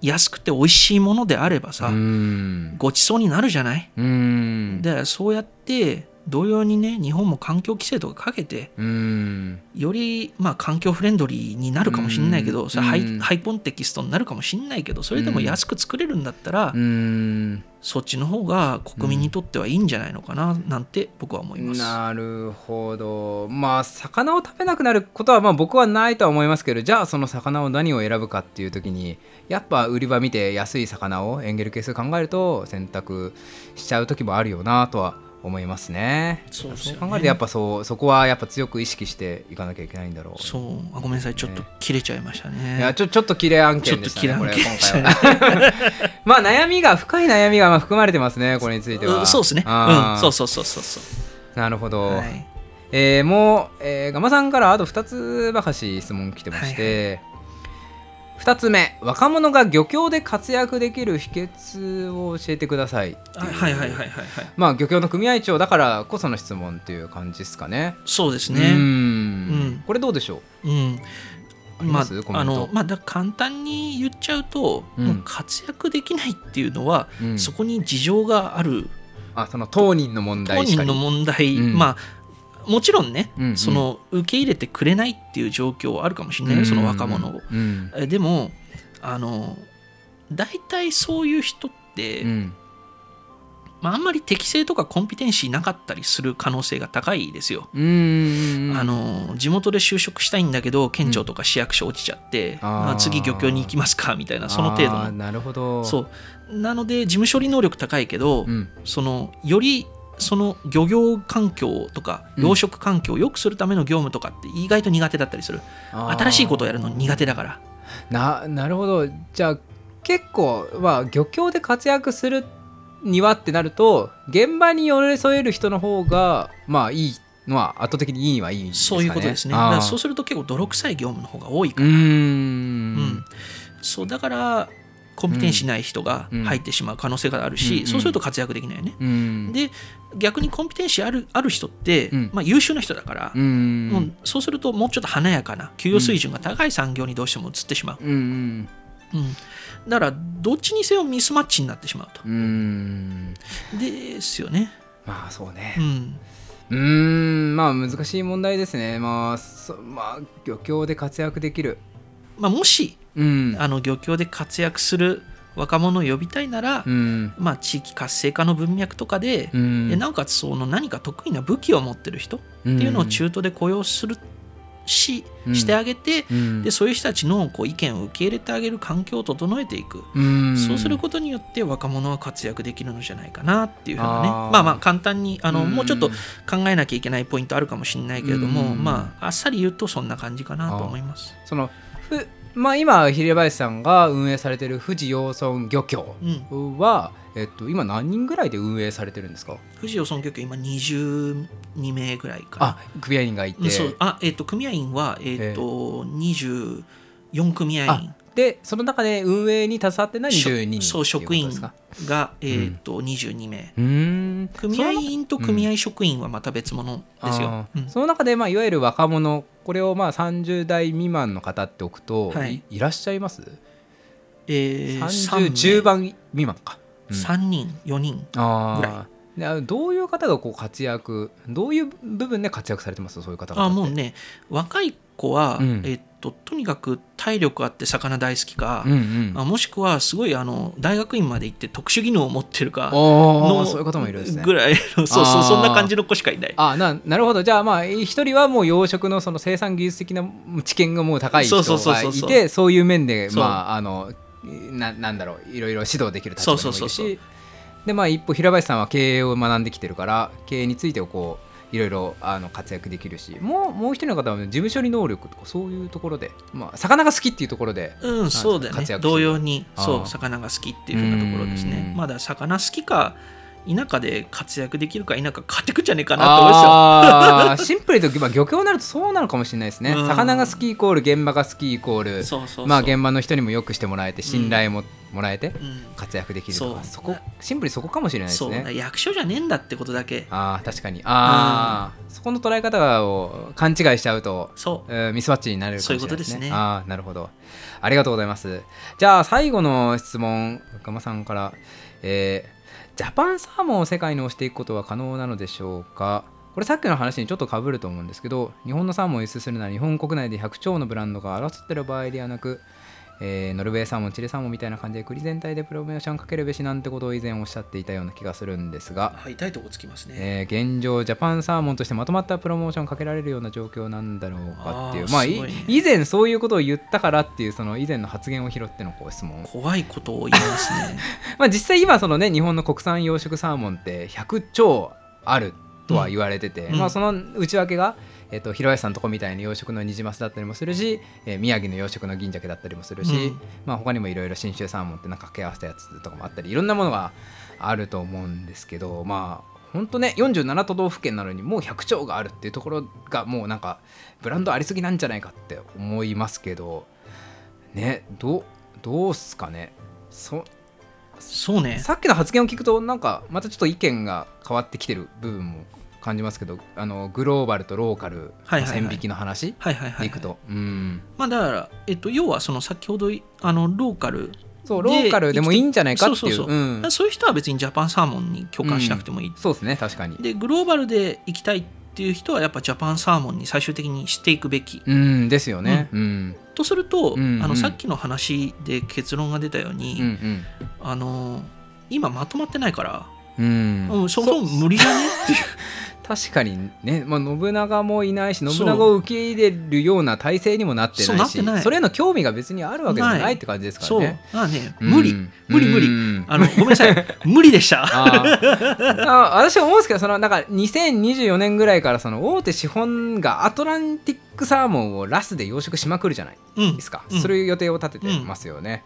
Speaker 1: 安くて美味しいものであれば
Speaker 2: あ
Speaker 1: さ、
Speaker 2: うん
Speaker 1: ごちそうになるじゃない、
Speaker 2: うん
Speaker 1: でそうやって同様にね日本も環境規制とかかけて
Speaker 2: うん
Speaker 1: よりまあ環境フレンドリーになるかもしれないけど、
Speaker 2: うん
Speaker 1: それハイ
Speaker 2: うん
Speaker 1: ハイコンテキストになるかもしれないけどそれでも
Speaker 2: うん
Speaker 1: 安く作れるんだったら、
Speaker 2: うん
Speaker 1: そっちの方が国民にとってはいいんじゃないのかななんて僕は思います。
Speaker 2: なるほどまあ魚を食べなくなることはまあ僕はないとは思いますけどじゃあその魚を何を選ぶかっていう時にやっぱ売り場見て安い魚をエンゲル係数考えると選択しちゃう時もあるよなとは思いますね。
Speaker 1: そうですよね
Speaker 2: 考えるとやっぱそうそこはやっぱ強く意識していかなきゃいけないんだろう。
Speaker 1: そうあごめんなさいちょっと切れちゃいましたね。
Speaker 2: いやちょちょっと切れ案
Speaker 1: ちょ
Speaker 2: 件
Speaker 1: っ
Speaker 2: で
Speaker 1: と
Speaker 2: した
Speaker 1: 切
Speaker 2: ね
Speaker 1: らん
Speaker 2: こ
Speaker 1: け
Speaker 2: れ
Speaker 1: ど
Speaker 2: 今回はまあ悩みが深い悩みがまあ含まれてますねこれについては。
Speaker 1: うん (laughs) そうですね。
Speaker 2: あー
Speaker 1: うん、そうそうそうそうそう。
Speaker 2: なるほど。
Speaker 1: はい、
Speaker 2: えーもう、えーガマさんからあと2つばかし質問来てまして、2つ目若者が漁協で活躍できる秘訣を教えてくださいって
Speaker 1: あ
Speaker 2: いう
Speaker 1: はいはいはいはいはい。
Speaker 2: まあ漁協の組合長だからこその質問っていう感じですかね
Speaker 1: そうです
Speaker 2: うー
Speaker 1: ね。
Speaker 2: ん
Speaker 1: うん
Speaker 2: これどうでしょう
Speaker 1: うん。
Speaker 2: ありますコメント
Speaker 1: あのまあだ簡単に言っちゃうと、
Speaker 2: うん
Speaker 1: もう活躍できないっていうのは、
Speaker 2: うん
Speaker 1: そこに事情がある
Speaker 2: あその当人の問
Speaker 1: 当
Speaker 2: 題しか
Speaker 1: 人
Speaker 2: り
Speaker 1: の問題、
Speaker 2: うん
Speaker 1: まあもちろんね、
Speaker 2: うんうん
Speaker 1: その受け入れてくれないっていう状況はあるかもしれないよその若者を。
Speaker 2: うん
Speaker 1: えでもあの大体そういう人って、
Speaker 2: うん
Speaker 1: まあ、あんまり適性とかコンピテンシーなかったりする可能性が高いですよ。
Speaker 2: うーん
Speaker 1: あの地元で就職したいんだけど県庁とか市役所落ちちゃって、
Speaker 2: あー
Speaker 1: まあ、次漁協に行きますかみたいなその程度
Speaker 2: あー
Speaker 1: の
Speaker 2: なるほど
Speaker 1: そうなので事務処理能力高いけど、
Speaker 2: うん
Speaker 1: そのよりその漁業環境とか
Speaker 2: うん
Speaker 1: 養殖環境を良くするための業務とかって意外と苦手だったりする、
Speaker 2: あー
Speaker 1: 新しいことをやるの苦手だから
Speaker 2: ななるほどじゃあ結構まあ漁協で活躍するにはってなると現場に寄り添える人の方がまあいいのは圧倒的にいいにはいいんですか、
Speaker 1: そう
Speaker 2: ね、
Speaker 1: いうことですねだ
Speaker 2: あ
Speaker 1: か
Speaker 2: ー
Speaker 1: らそうすると結構泥臭い業務の方が多いうから、
Speaker 2: ー
Speaker 1: うんんそうだからコンピテンシーない人が入ってしまう可能性があるし、
Speaker 2: うん
Speaker 1: そうすると活躍できないよね、
Speaker 2: うん
Speaker 1: で逆にコンピテンシーあるある人って、
Speaker 2: うん
Speaker 1: まあ、優秀な人だから、
Speaker 2: うーん
Speaker 1: もうそうするともうちょっと華やかな給与水準が高い産業にどうしても移ってしまう、
Speaker 2: うんうん
Speaker 1: うん、だからどっちにせよミスマッチになってしまうと
Speaker 2: うーん
Speaker 1: ですよね、
Speaker 2: まあそうね
Speaker 1: うん、
Speaker 2: うーんまあ難しい問題ですねまあそまあ漁協で活躍できる
Speaker 1: まあ、もし
Speaker 2: うん
Speaker 1: あの漁協で活躍する若者を呼びたいなら、
Speaker 2: うん
Speaker 1: まあ、地域活性化の文脈とかで、
Speaker 2: うん
Speaker 1: でなおかつその何か得意な武器を持ってる人っていうのを中途で雇用するし
Speaker 2: うん
Speaker 1: してあげて、
Speaker 2: うん
Speaker 1: でそういう人たちのこう意見を受け入れてあげる環境を整えていく、
Speaker 2: うん
Speaker 1: そうすることによって若者は活躍できるのじゃないかなっていうふうなね
Speaker 2: あー
Speaker 1: まあまあ簡単にあの、
Speaker 2: うん
Speaker 1: もうちょっと考えなきゃいけないポイントあるかもしれないけれども、
Speaker 2: うん
Speaker 1: まああっさり言うとそんな感じかなと思います。
Speaker 2: そのふ、まあ、今平林さんが運営されてる富士養村漁協
Speaker 1: うん、
Speaker 2: は、えっと、今何人ぐらいで運営されてるんですか
Speaker 1: 藤尾村漁協今22名ぐらいかな
Speaker 2: あ組合員がい
Speaker 1: うん
Speaker 2: て
Speaker 1: そうあえっ、と組合員はえっ、と24組合員
Speaker 2: でその中で運営に携わってない22人
Speaker 1: そう職員
Speaker 2: っていうことですか
Speaker 1: がえっ、と22名
Speaker 2: うーん
Speaker 1: 組合
Speaker 2: で
Speaker 1: 員と組合職員はまた別物ですよ。うん
Speaker 2: その中で、まあ、いわゆる若者これをまあ30代未満の方っておくと、
Speaker 1: はい
Speaker 2: い、いらっしゃいます
Speaker 1: えー、
Speaker 2: 30 10番未満か、うん
Speaker 1: 3人4人
Speaker 2: あー
Speaker 1: ぐら
Speaker 2: であどういう方がこう活躍どういう部分で活躍されてますそういう方々
Speaker 1: あ
Speaker 2: って
Speaker 1: もうね若い子は、
Speaker 2: うん
Speaker 1: えっととにかく体力あって魚大好きか
Speaker 2: うん、うん、
Speaker 1: あもしくはすごいあの大学院まで行って特殊技能を持ってるか
Speaker 2: お
Speaker 1: の
Speaker 2: おそういうこともいるんですね
Speaker 1: ぐ。らいのそうそ
Speaker 2: あ
Speaker 1: う
Speaker 2: ー
Speaker 1: そんな感じの子しかいない。
Speaker 2: あななるほどじゃあまあ一人はもう養殖のその生産技術的な知見がもう高い人
Speaker 1: そうそう
Speaker 2: が
Speaker 1: そう
Speaker 2: い
Speaker 1: そう
Speaker 2: てそういう面で
Speaker 1: そう
Speaker 2: まああのななんだろういろいろ指導できる立
Speaker 1: そ
Speaker 2: 場
Speaker 1: う
Speaker 2: でも
Speaker 1: そ
Speaker 2: いうるし
Speaker 1: そうそう
Speaker 2: でまあ一歩平林さんは経営を学んできてるから経営についてをこういろいろあの活躍できるしもうもう一人の方は事務処理能力とかそういうところで、まあ、魚が好きっていうところで
Speaker 1: うん、そうだよね。
Speaker 2: 活躍してる
Speaker 1: 同様に、そ
Speaker 2: ああ
Speaker 1: う、魚が好きっていうふうなところです
Speaker 2: う
Speaker 1: ね
Speaker 2: ん。
Speaker 1: まだ魚好きか、田舎で活躍できるか否か買ってくんじゃねえかなと思いました。
Speaker 2: あーシンプルに言うと、まあ、漁協になるとそうなのかもしれないですね、
Speaker 1: うん
Speaker 2: 魚が好きイコール現場が好きイコール
Speaker 1: そうそうそう。
Speaker 2: まあ、現場の人にもよくしてもらえて信頼ももらえて
Speaker 1: うん
Speaker 2: 活躍できるとか
Speaker 1: そう
Speaker 2: そこシンプルにそこかもしれないです
Speaker 1: そう
Speaker 2: ね。
Speaker 1: 役所じゃねえんだってことだけ。
Speaker 2: あー確かにあーそこの捉え方を勘違いしちゃうと
Speaker 1: そう。
Speaker 2: えーミスマッチになれるかもしれないです
Speaker 1: そういうことで
Speaker 2: ね。
Speaker 1: すね
Speaker 2: ああ、なるほど。ありがとうございます。じゃあ、最後の質問、ガマさんから、えージャパンサーモンを世界に押していくことは可能なのでしょうかこれさっきの話にちょっとかぶると思うんですけど、日本のサーモンを輸出するなら日本国内で100兆のブランドが争ってる場合ではなく、えーノルウェーサーモン、チリサーモンみたいな感じで国全体でプロモーションかけるべしなんてことを以前おっしゃっていたような気がするんですが、
Speaker 1: はい、痛いとこつきますね。
Speaker 2: えー現状ジャパンサーモンとしてまとまったプロモーションをかけられるような状況なんだろうかっていう
Speaker 1: あー
Speaker 2: まあ
Speaker 1: すごいね
Speaker 2: い以前そういうことを言ったからっていうその以前の発言を拾ってのこう質問、
Speaker 1: 怖いことを言います
Speaker 2: (laughs)
Speaker 1: ね。
Speaker 2: まあ、実際今そのね日本の国産養殖サーモンって100兆あるとは言われてて、
Speaker 1: うんう
Speaker 2: まあ、
Speaker 1: ん
Speaker 2: その内訳が、えっと広林さんのとこみたいに養殖のニジマスだったりもするし、えー宮城の養殖の銀鮭だったりもするし、
Speaker 1: うん
Speaker 2: まあ、他にもいろいろ信州サーモンってなんか掛け合わせたやつとかもあったりいろんなものがあると思うんですけどまあ本当ね47都道府県なのにもう100兆があるっていうところがもうなんかブランドありすぎなんじゃないかって思いますけどねどうどうすかねそ
Speaker 1: そうね。
Speaker 2: さっきの発言を聞くとなんかまたちょっと意見が変わってきてる部分も感じますけどあのグローバルとローカル
Speaker 1: はいはい
Speaker 2: の
Speaker 1: はい
Speaker 2: 線引きの話
Speaker 1: はいはいは
Speaker 2: で
Speaker 1: い。
Speaker 2: いくと、うん
Speaker 1: まあだから、えっと、要はその先ほどいあのローカル、
Speaker 2: そうロ
Speaker 1: で
Speaker 2: ーカルでもいいんじゃないかっていう
Speaker 1: そうそうそう
Speaker 2: うん
Speaker 1: そういう人は別にジャパンサーモンに共感しなくてもいい。
Speaker 2: そうですね確かに
Speaker 1: で、グローバルで行きたいっていう人はやっぱジャパンサーモンに最終的にしていくべき。
Speaker 2: うんですよねうん
Speaker 1: とすると、
Speaker 2: うんうん
Speaker 1: あのさっきの話で結論が出たよう
Speaker 2: う
Speaker 1: に、
Speaker 2: ん
Speaker 1: あの今まとまってないから、
Speaker 2: うん
Speaker 1: うん、そもそも無理じ
Speaker 2: (laughs)
Speaker 1: ゃねっていう
Speaker 2: 確かにね、まあ、信長もいないし信長を受け入れるような体制にもなって
Speaker 1: そう
Speaker 2: な
Speaker 1: ないって
Speaker 2: し
Speaker 1: ない
Speaker 2: それへの興味が別にあるわけじゃ
Speaker 1: な
Speaker 2: ないいって感じですか
Speaker 1: そ
Speaker 2: ら
Speaker 1: う
Speaker 2: ね。
Speaker 1: まあね
Speaker 2: うん
Speaker 1: 無理、無理無理
Speaker 2: うん (laughs)
Speaker 1: あのごめんなさい無理で (laughs) した
Speaker 2: あーあ私は思うんですけどそのなんか2024年ぐらいからその大手資本がアトランティックサーモンをラスで養殖しまくるじゃない
Speaker 1: うん
Speaker 2: ですか、
Speaker 1: うん
Speaker 2: そういう予定を立ててますよね、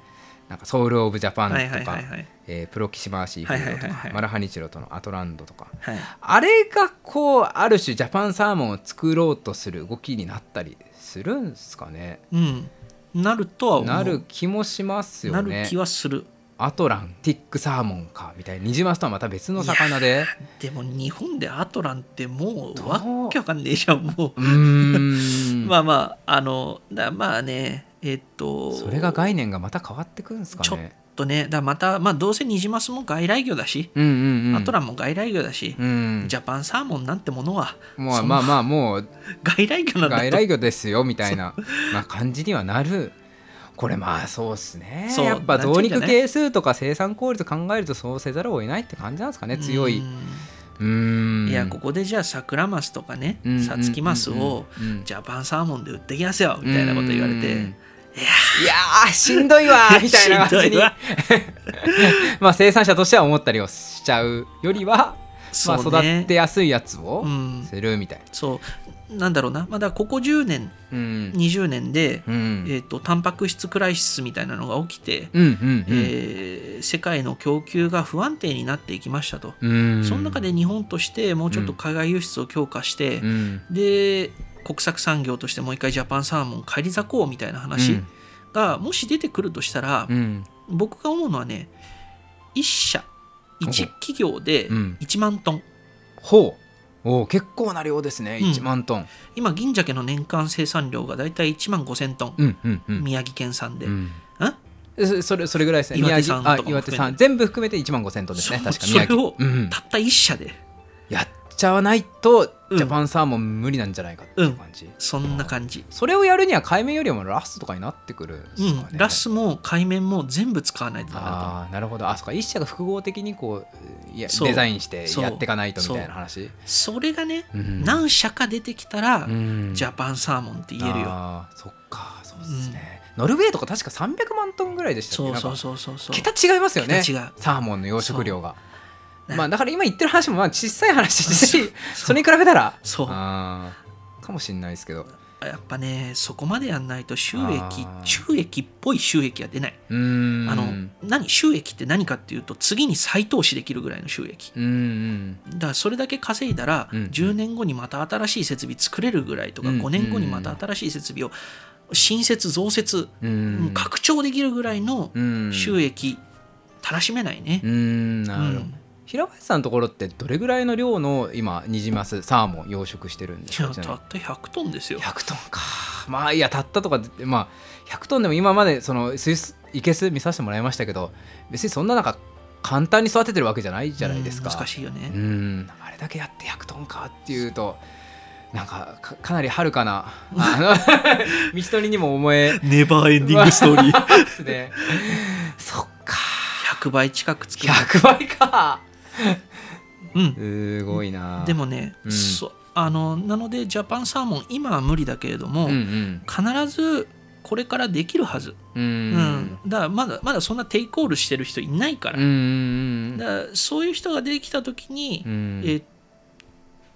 Speaker 2: なんかソウル・オブ・ジャパンとか、
Speaker 1: はいはいはいはい
Speaker 2: えープロキシマーシーフードとか、
Speaker 1: はいはいはいはい
Speaker 2: マルハニチロとのアトランドとか
Speaker 1: はい
Speaker 2: あれがこうある種ジャパンサーモンを作ろうとする動きになったりするんですかね
Speaker 1: うんなるとは思う
Speaker 2: なる気もしますよ
Speaker 1: なる
Speaker 2: ね
Speaker 1: 気はする
Speaker 2: アトランティックサーモンかみたいなニジマスとはまた別の魚で。
Speaker 1: でも日本でアトランっても
Speaker 2: ど
Speaker 1: う
Speaker 2: う
Speaker 1: わっけわかんねえじゃんも
Speaker 2: うー
Speaker 1: う、
Speaker 2: ん
Speaker 1: (laughs) まあまああのだまあねえっと
Speaker 2: それが概念がまた変わってくるんですか
Speaker 1: ちょっ
Speaker 2: ね。
Speaker 1: とねだまたまあどうせニジマスも外来魚だし、
Speaker 2: うんうんうん、
Speaker 1: アトランも外来魚だし、
Speaker 2: うん、
Speaker 1: ジャパンサーモンなんてものは (laughs)
Speaker 2: も
Speaker 1: そうの
Speaker 2: まあまあもう
Speaker 1: 外来魚なんだ
Speaker 2: 外
Speaker 1: と
Speaker 2: 来魚ですよみたいな、まあ、感じにはなる。これまあそうですね
Speaker 1: そう
Speaker 2: やっぱ増肉
Speaker 1: なんてい
Speaker 2: 係数とか生産効率考えるとそうせざるを得ないって感じなんですかね強い。うーん
Speaker 1: いやここでじゃあサクラマスとかね
Speaker 2: うんうん
Speaker 1: サツキマスを
Speaker 2: うんうん
Speaker 1: ジャパンサーモンで売ってきますよみたいなこと言われて
Speaker 2: うんいやーしんどい (laughs) わーみたいな感じ
Speaker 1: しんど
Speaker 2: に
Speaker 1: いわ
Speaker 2: (laughs) まあ生産者としては思ったりをしちゃうよりは、まあ、
Speaker 1: そう
Speaker 2: 育
Speaker 1: ね
Speaker 2: てやすいやつを
Speaker 1: うん
Speaker 2: するみたいな。
Speaker 1: そうなんだろうなまあだからここ10年
Speaker 2: うん
Speaker 1: 20年で
Speaker 2: うん
Speaker 1: えーとタンパク質クライシスみたいなのが起きて
Speaker 2: うんうんうん
Speaker 1: えー世界の供給が不安定になっていきましたと
Speaker 2: うん
Speaker 1: その中で日本としてもうちょっと海外輸出を強化して
Speaker 2: うん
Speaker 1: で国策産業としてもう一回ジャパンサーモン返り咲こうみたいな
Speaker 2: う
Speaker 1: 話
Speaker 2: ん
Speaker 1: がもし出てくるとしたら、
Speaker 2: うん
Speaker 1: 僕が思うのはね一社一企業で
Speaker 2: うん
Speaker 1: 1万トン、
Speaker 2: ほうおう結構な量ですね、
Speaker 1: うん
Speaker 2: 1万トン
Speaker 1: 今銀鮭の年間生産量がだいたい1万5000トン、
Speaker 2: うんうんうん
Speaker 1: 宮城県産で、
Speaker 2: うん
Speaker 1: あ
Speaker 2: そそれそれぐらいですね
Speaker 1: 岩手
Speaker 2: 宮城
Speaker 1: 産
Speaker 2: あ
Speaker 1: とかも含めて
Speaker 2: 岩手産全部含めて1万5千トンですね
Speaker 1: そ
Speaker 2: 確か宮城
Speaker 1: それを
Speaker 2: うん
Speaker 1: たった一社で
Speaker 2: やっちゃわないと
Speaker 1: うん
Speaker 2: ジャパンサーモン無理なんじゃないかっていう感じ、
Speaker 1: そんな感じ、
Speaker 2: それをやるには海面よりもラスとかになってくるんですかね、
Speaker 1: うん、ラスも海面も全部使わないとダメだと思う
Speaker 2: ああなるほどあそっか一社が複合的にこういや
Speaker 1: そう
Speaker 2: デザインして
Speaker 1: そう
Speaker 2: やっていかないとみたいな話
Speaker 1: それがね、
Speaker 2: うん
Speaker 1: 何社か出てきたら、
Speaker 2: うん
Speaker 1: ジャパンサーモンって言えるよ
Speaker 2: あーそっかそうですね、ノルウェーとか確か300万トンぐらいでしたっけ
Speaker 1: そう
Speaker 2: なんか
Speaker 1: そうそうそうそう
Speaker 2: 桁違いますよね
Speaker 1: 桁違う
Speaker 2: サーモンの養殖量がまあだから今言ってる話もまあ小さい話だしそれに比べたら
Speaker 1: そう
Speaker 2: あーかもしれないですけど
Speaker 1: やっぱねそこまでやんないと収
Speaker 2: あ
Speaker 1: 益
Speaker 2: ー
Speaker 1: 収益っぽい収益は出ない、
Speaker 2: うーん
Speaker 1: あの何収益って何かっていうと次に再投資できるぐらいの収益
Speaker 2: うんう
Speaker 1: だ
Speaker 2: ん
Speaker 1: からそれだけ稼いだら、
Speaker 2: うん
Speaker 1: 10年後にまた新しい設備作れるぐらいとか、
Speaker 2: うん
Speaker 1: 5年後にまた新しい設備を新設増設、
Speaker 2: うん
Speaker 1: 拡張できるぐらいの
Speaker 2: うん
Speaker 1: 収益たらしめないね
Speaker 2: う、んなるほ
Speaker 1: う
Speaker 2: ど
Speaker 1: ん
Speaker 2: 平林さんのところってどれぐらいの量の今ニジマスサーモン養殖してるんです
Speaker 1: いや
Speaker 2: かち
Speaker 1: た
Speaker 2: なみ
Speaker 1: っ
Speaker 2: に
Speaker 1: た100トンですよ
Speaker 2: 100トンかまあいやたったとかでまあ100トンでも今までそのスイスいけす見させてもらいましたけど別にそんな中簡単に育ててるわけじゃないじゃないですか
Speaker 1: うん難しいよね、
Speaker 2: うんあれだけやって100トンかっていうとなんかかかなり遥か
Speaker 1: (laughs)
Speaker 2: なあの道のりにも思え
Speaker 1: ネバーエン
Speaker 2: ディングスト
Speaker 1: ーリー
Speaker 2: ま
Speaker 1: (laughs)
Speaker 2: すねそっか
Speaker 1: 100倍近く作る、
Speaker 2: 100倍か
Speaker 1: うん、
Speaker 2: すごいな
Speaker 1: でもね、
Speaker 2: うん
Speaker 1: そあのなのでジャパンサーモン今は無理だけれども、
Speaker 2: うんうん
Speaker 1: 必ずこれからできるはず、う
Speaker 2: う
Speaker 1: んんだからまだまだそんなテイクオールしてる人いないから,、
Speaker 2: うん
Speaker 1: だからそういう人が出てきた時に、
Speaker 2: うん
Speaker 1: えー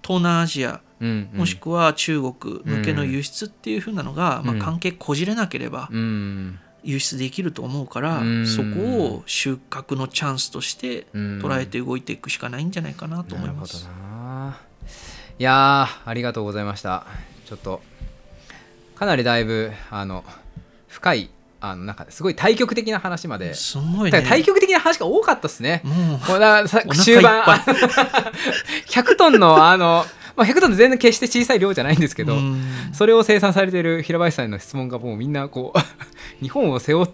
Speaker 1: 東南アジア
Speaker 2: うん
Speaker 1: もしくは中国向けの輸出っていう風なのが、
Speaker 2: うん
Speaker 1: まあ、関係こじれなければ
Speaker 2: うん
Speaker 1: 輸出できると思うから、
Speaker 2: うん
Speaker 1: そこを収穫のチャンスとして捉
Speaker 2: 捉
Speaker 1: えて動いていくしかないんじゃないかなと思います。
Speaker 2: なるほどないやーありがとうございましたちょっとかなりだいぶあの深いあのなんかすごい対極的な話まで、
Speaker 1: すごい
Speaker 2: だ
Speaker 1: ね。
Speaker 2: から対極的な話が多かったですね、
Speaker 1: もう
Speaker 2: こうださ
Speaker 1: 腹いっぱい
Speaker 2: 終盤 (laughs) 100トンのあの、まあ、100トンって全然決して小さい量じゃないんですけど、
Speaker 1: うん
Speaker 2: それを生産されている平林さんへの質問がもうみんなこう (laughs) 日本を背負っ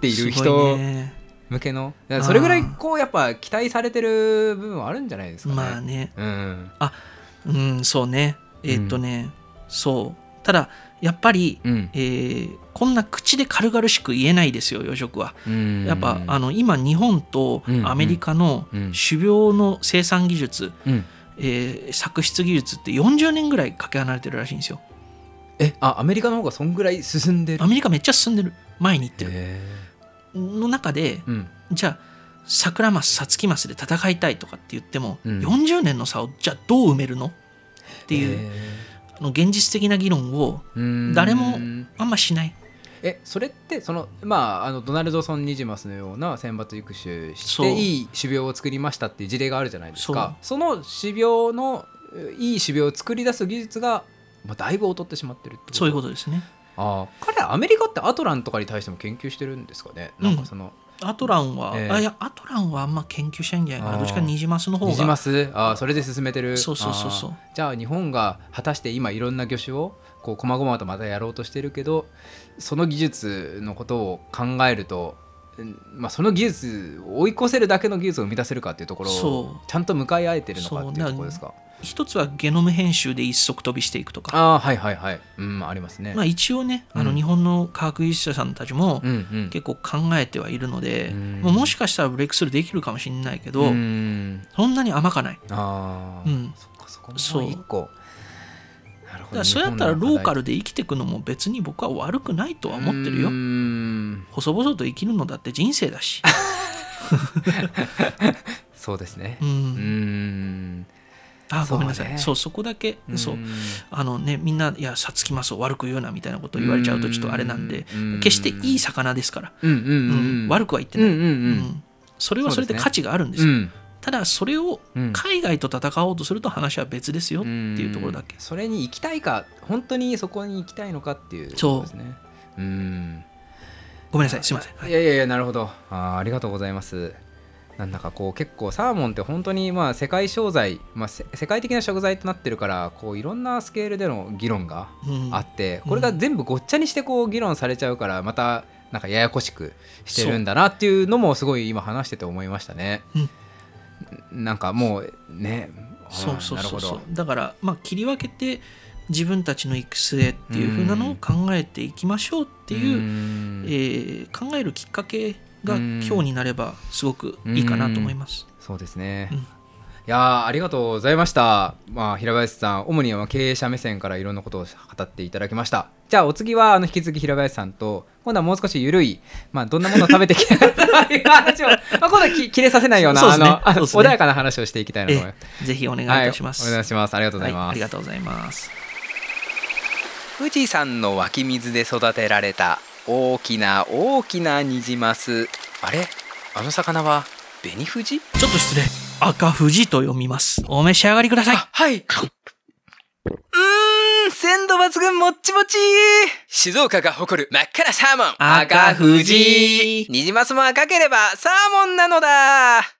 Speaker 2: ている
Speaker 1: すご
Speaker 2: 人
Speaker 1: いね
Speaker 2: 向けの、だ
Speaker 1: あ
Speaker 2: から
Speaker 1: ー
Speaker 2: それぐらいこうやっぱ期待されてる部分はあるんじゃないですかね。
Speaker 1: まあね、
Speaker 2: うん
Speaker 1: うん、そうね。えーっとね、そう。ただ、やっぱり、
Speaker 2: うん
Speaker 1: えーこんな口で軽々しく言えないですよ、養殖は。
Speaker 2: うん
Speaker 1: やっぱ、あの今、日本と
Speaker 2: うん
Speaker 1: アメリカの
Speaker 2: うん
Speaker 1: 種苗の生産技術、
Speaker 2: うん
Speaker 1: えー作出技術って40年ぐらいかけ離れてるらしいんですよ。
Speaker 2: えあアメリカの方がそんぐらい進んでる
Speaker 1: アメリカめっちゃ進んでる。前に行ってる。
Speaker 2: へ
Speaker 1: の中で
Speaker 2: ー、うん
Speaker 1: じゃあ桜マスサツキマスで戦いたいとかって言っても、
Speaker 2: うん
Speaker 1: 40年の差をじゃあどう埋めるのっていう、あの現実的な議論を
Speaker 2: へーうん
Speaker 1: 誰もあんましない
Speaker 2: えそれってそのまああのドナルドソン・ニジマスのような選抜育種し
Speaker 1: そう
Speaker 2: ていい種苗を作りましたっていう事例があるじゃないですかその種苗のえいい種苗を作り出す技術が、まあ、だいぶ劣ってしまってるってこと
Speaker 1: そういうことですね
Speaker 2: ああ彼アメリカってアトランとかに対しても研究してるんですかねなんかその、
Speaker 1: アトランは、
Speaker 2: ええ
Speaker 1: あいやアトランはあんま研究しないんじゃないか
Speaker 2: あ
Speaker 1: な
Speaker 2: ー
Speaker 1: どっちかニジマスの方
Speaker 2: ニジマ
Speaker 1: が
Speaker 2: スああそれで進めてる
Speaker 1: そうそうそうそう
Speaker 2: ああじゃあ日本が果たして今いろんな魚種をこう細々とまたやろうとしてるけどその技術のことを考えると、うんまあ、その技術を追い越せるだけの技術を生み出せるかっていうところを
Speaker 1: そう
Speaker 2: ちゃんと向かい合えてるのか
Speaker 1: そう
Speaker 2: っていうところですか
Speaker 1: 一つはゲノム編集で一足飛びしていくとか
Speaker 2: ああはいはいはいうんありますね、
Speaker 1: まあ、一応ねあの
Speaker 2: うん
Speaker 1: 日本の科学技術者さんたちも
Speaker 2: うんうん
Speaker 1: 結構考えてはいるので、
Speaker 2: うん
Speaker 1: もうもしかしたらブレイクスルーできるかもしれないけど、
Speaker 2: うん
Speaker 1: そんなに甘かない
Speaker 2: ああ、
Speaker 1: うん
Speaker 2: そっかそこも
Speaker 1: そう
Speaker 2: 一個なる
Speaker 1: だ
Speaker 2: ほ
Speaker 1: か
Speaker 2: ど
Speaker 1: らそれやったらローカ
Speaker 2: ル
Speaker 1: ルで生きていくのも別に僕は悪くないとは思ってるよ細々と生きるのだって人生だ
Speaker 2: (laughs)
Speaker 1: し
Speaker 2: そうですね
Speaker 1: う
Speaker 2: うんん
Speaker 1: あごめんなさ
Speaker 2: そう
Speaker 1: い
Speaker 2: ね
Speaker 1: そうそこだけそう
Speaker 2: うん
Speaker 1: あのねみんないやさつきますを悪く言うなみたいなこと言われちゃうとちょっとあれなんで
Speaker 2: うん
Speaker 1: 決していい魚ですから
Speaker 2: うんうん
Speaker 1: う
Speaker 2: うんん
Speaker 1: 悪くは言ってな
Speaker 2: うん
Speaker 1: い
Speaker 2: うんう
Speaker 1: うんんそれはそれで価値があるんです
Speaker 2: う
Speaker 1: よ
Speaker 2: ん
Speaker 1: ただそれを
Speaker 2: うん
Speaker 1: 海外と戦おうとすると話は別ですよっていうところだけ
Speaker 2: それに行きたいか本当にそこに行きたいのかっていう
Speaker 1: そう
Speaker 2: ことですねうん
Speaker 1: ごめんなさいすいませんはい
Speaker 2: いやいやいやなるほどあーありがとうございますなんだかこう結構サーモンって本当にまあ世界商材、まあ、せ世界的な食材となってるからこういろんなスケールでの議論が
Speaker 1: うん
Speaker 2: あってこれが全部ごっちゃにしてこう議論されちゃうからまたなんかややこしくしてるんだなっていうのもすごい今話してて思いましたね。なんかもうね
Speaker 1: そうそう
Speaker 2: あーなる
Speaker 1: そ
Speaker 2: ほ
Speaker 1: う
Speaker 2: ど
Speaker 1: そうだからまあ切り分けて自分たちの育成っていう風なのを考えていきましょうっていう、
Speaker 2: ん
Speaker 1: えー考えるきっかけが
Speaker 2: うん
Speaker 1: 今日になればすごくいいかなと思います。
Speaker 2: そうですね、
Speaker 1: うん
Speaker 2: いいやーありがとうございました、まあ、平林さん主には経営者目線からいろんなことを語っていただきましたじゃあお次はあの引き続き平林さんと今度はもう少しゆるい、まあ、どんなものを食べてきたかという
Speaker 1: (laughs)
Speaker 2: 話を、まあ、今度はき切れさせないような
Speaker 1: そうですね
Speaker 2: あのあの
Speaker 1: そうですね
Speaker 2: 穏やかな話をしていきたいなと思い
Speaker 1: え
Speaker 2: ます
Speaker 1: えぜひお願いい
Speaker 2: はい
Speaker 1: たします。
Speaker 2: お願いしますありがとうござい
Speaker 1: はい
Speaker 2: ま
Speaker 1: あ
Speaker 2: す、
Speaker 1: りがとうございます。
Speaker 2: 富士山の湧き水で育てられた大きな大きなニジマスあれあの魚は紅富士
Speaker 1: ちょっと失礼。赤富士と読みます。お召し上がりください。
Speaker 2: はい。うーん、鮮度抜群もっちもち静岡が誇る真っ赤なサーモン。
Speaker 1: 赤富士
Speaker 2: ニジマスも赤ければサーモンなのだ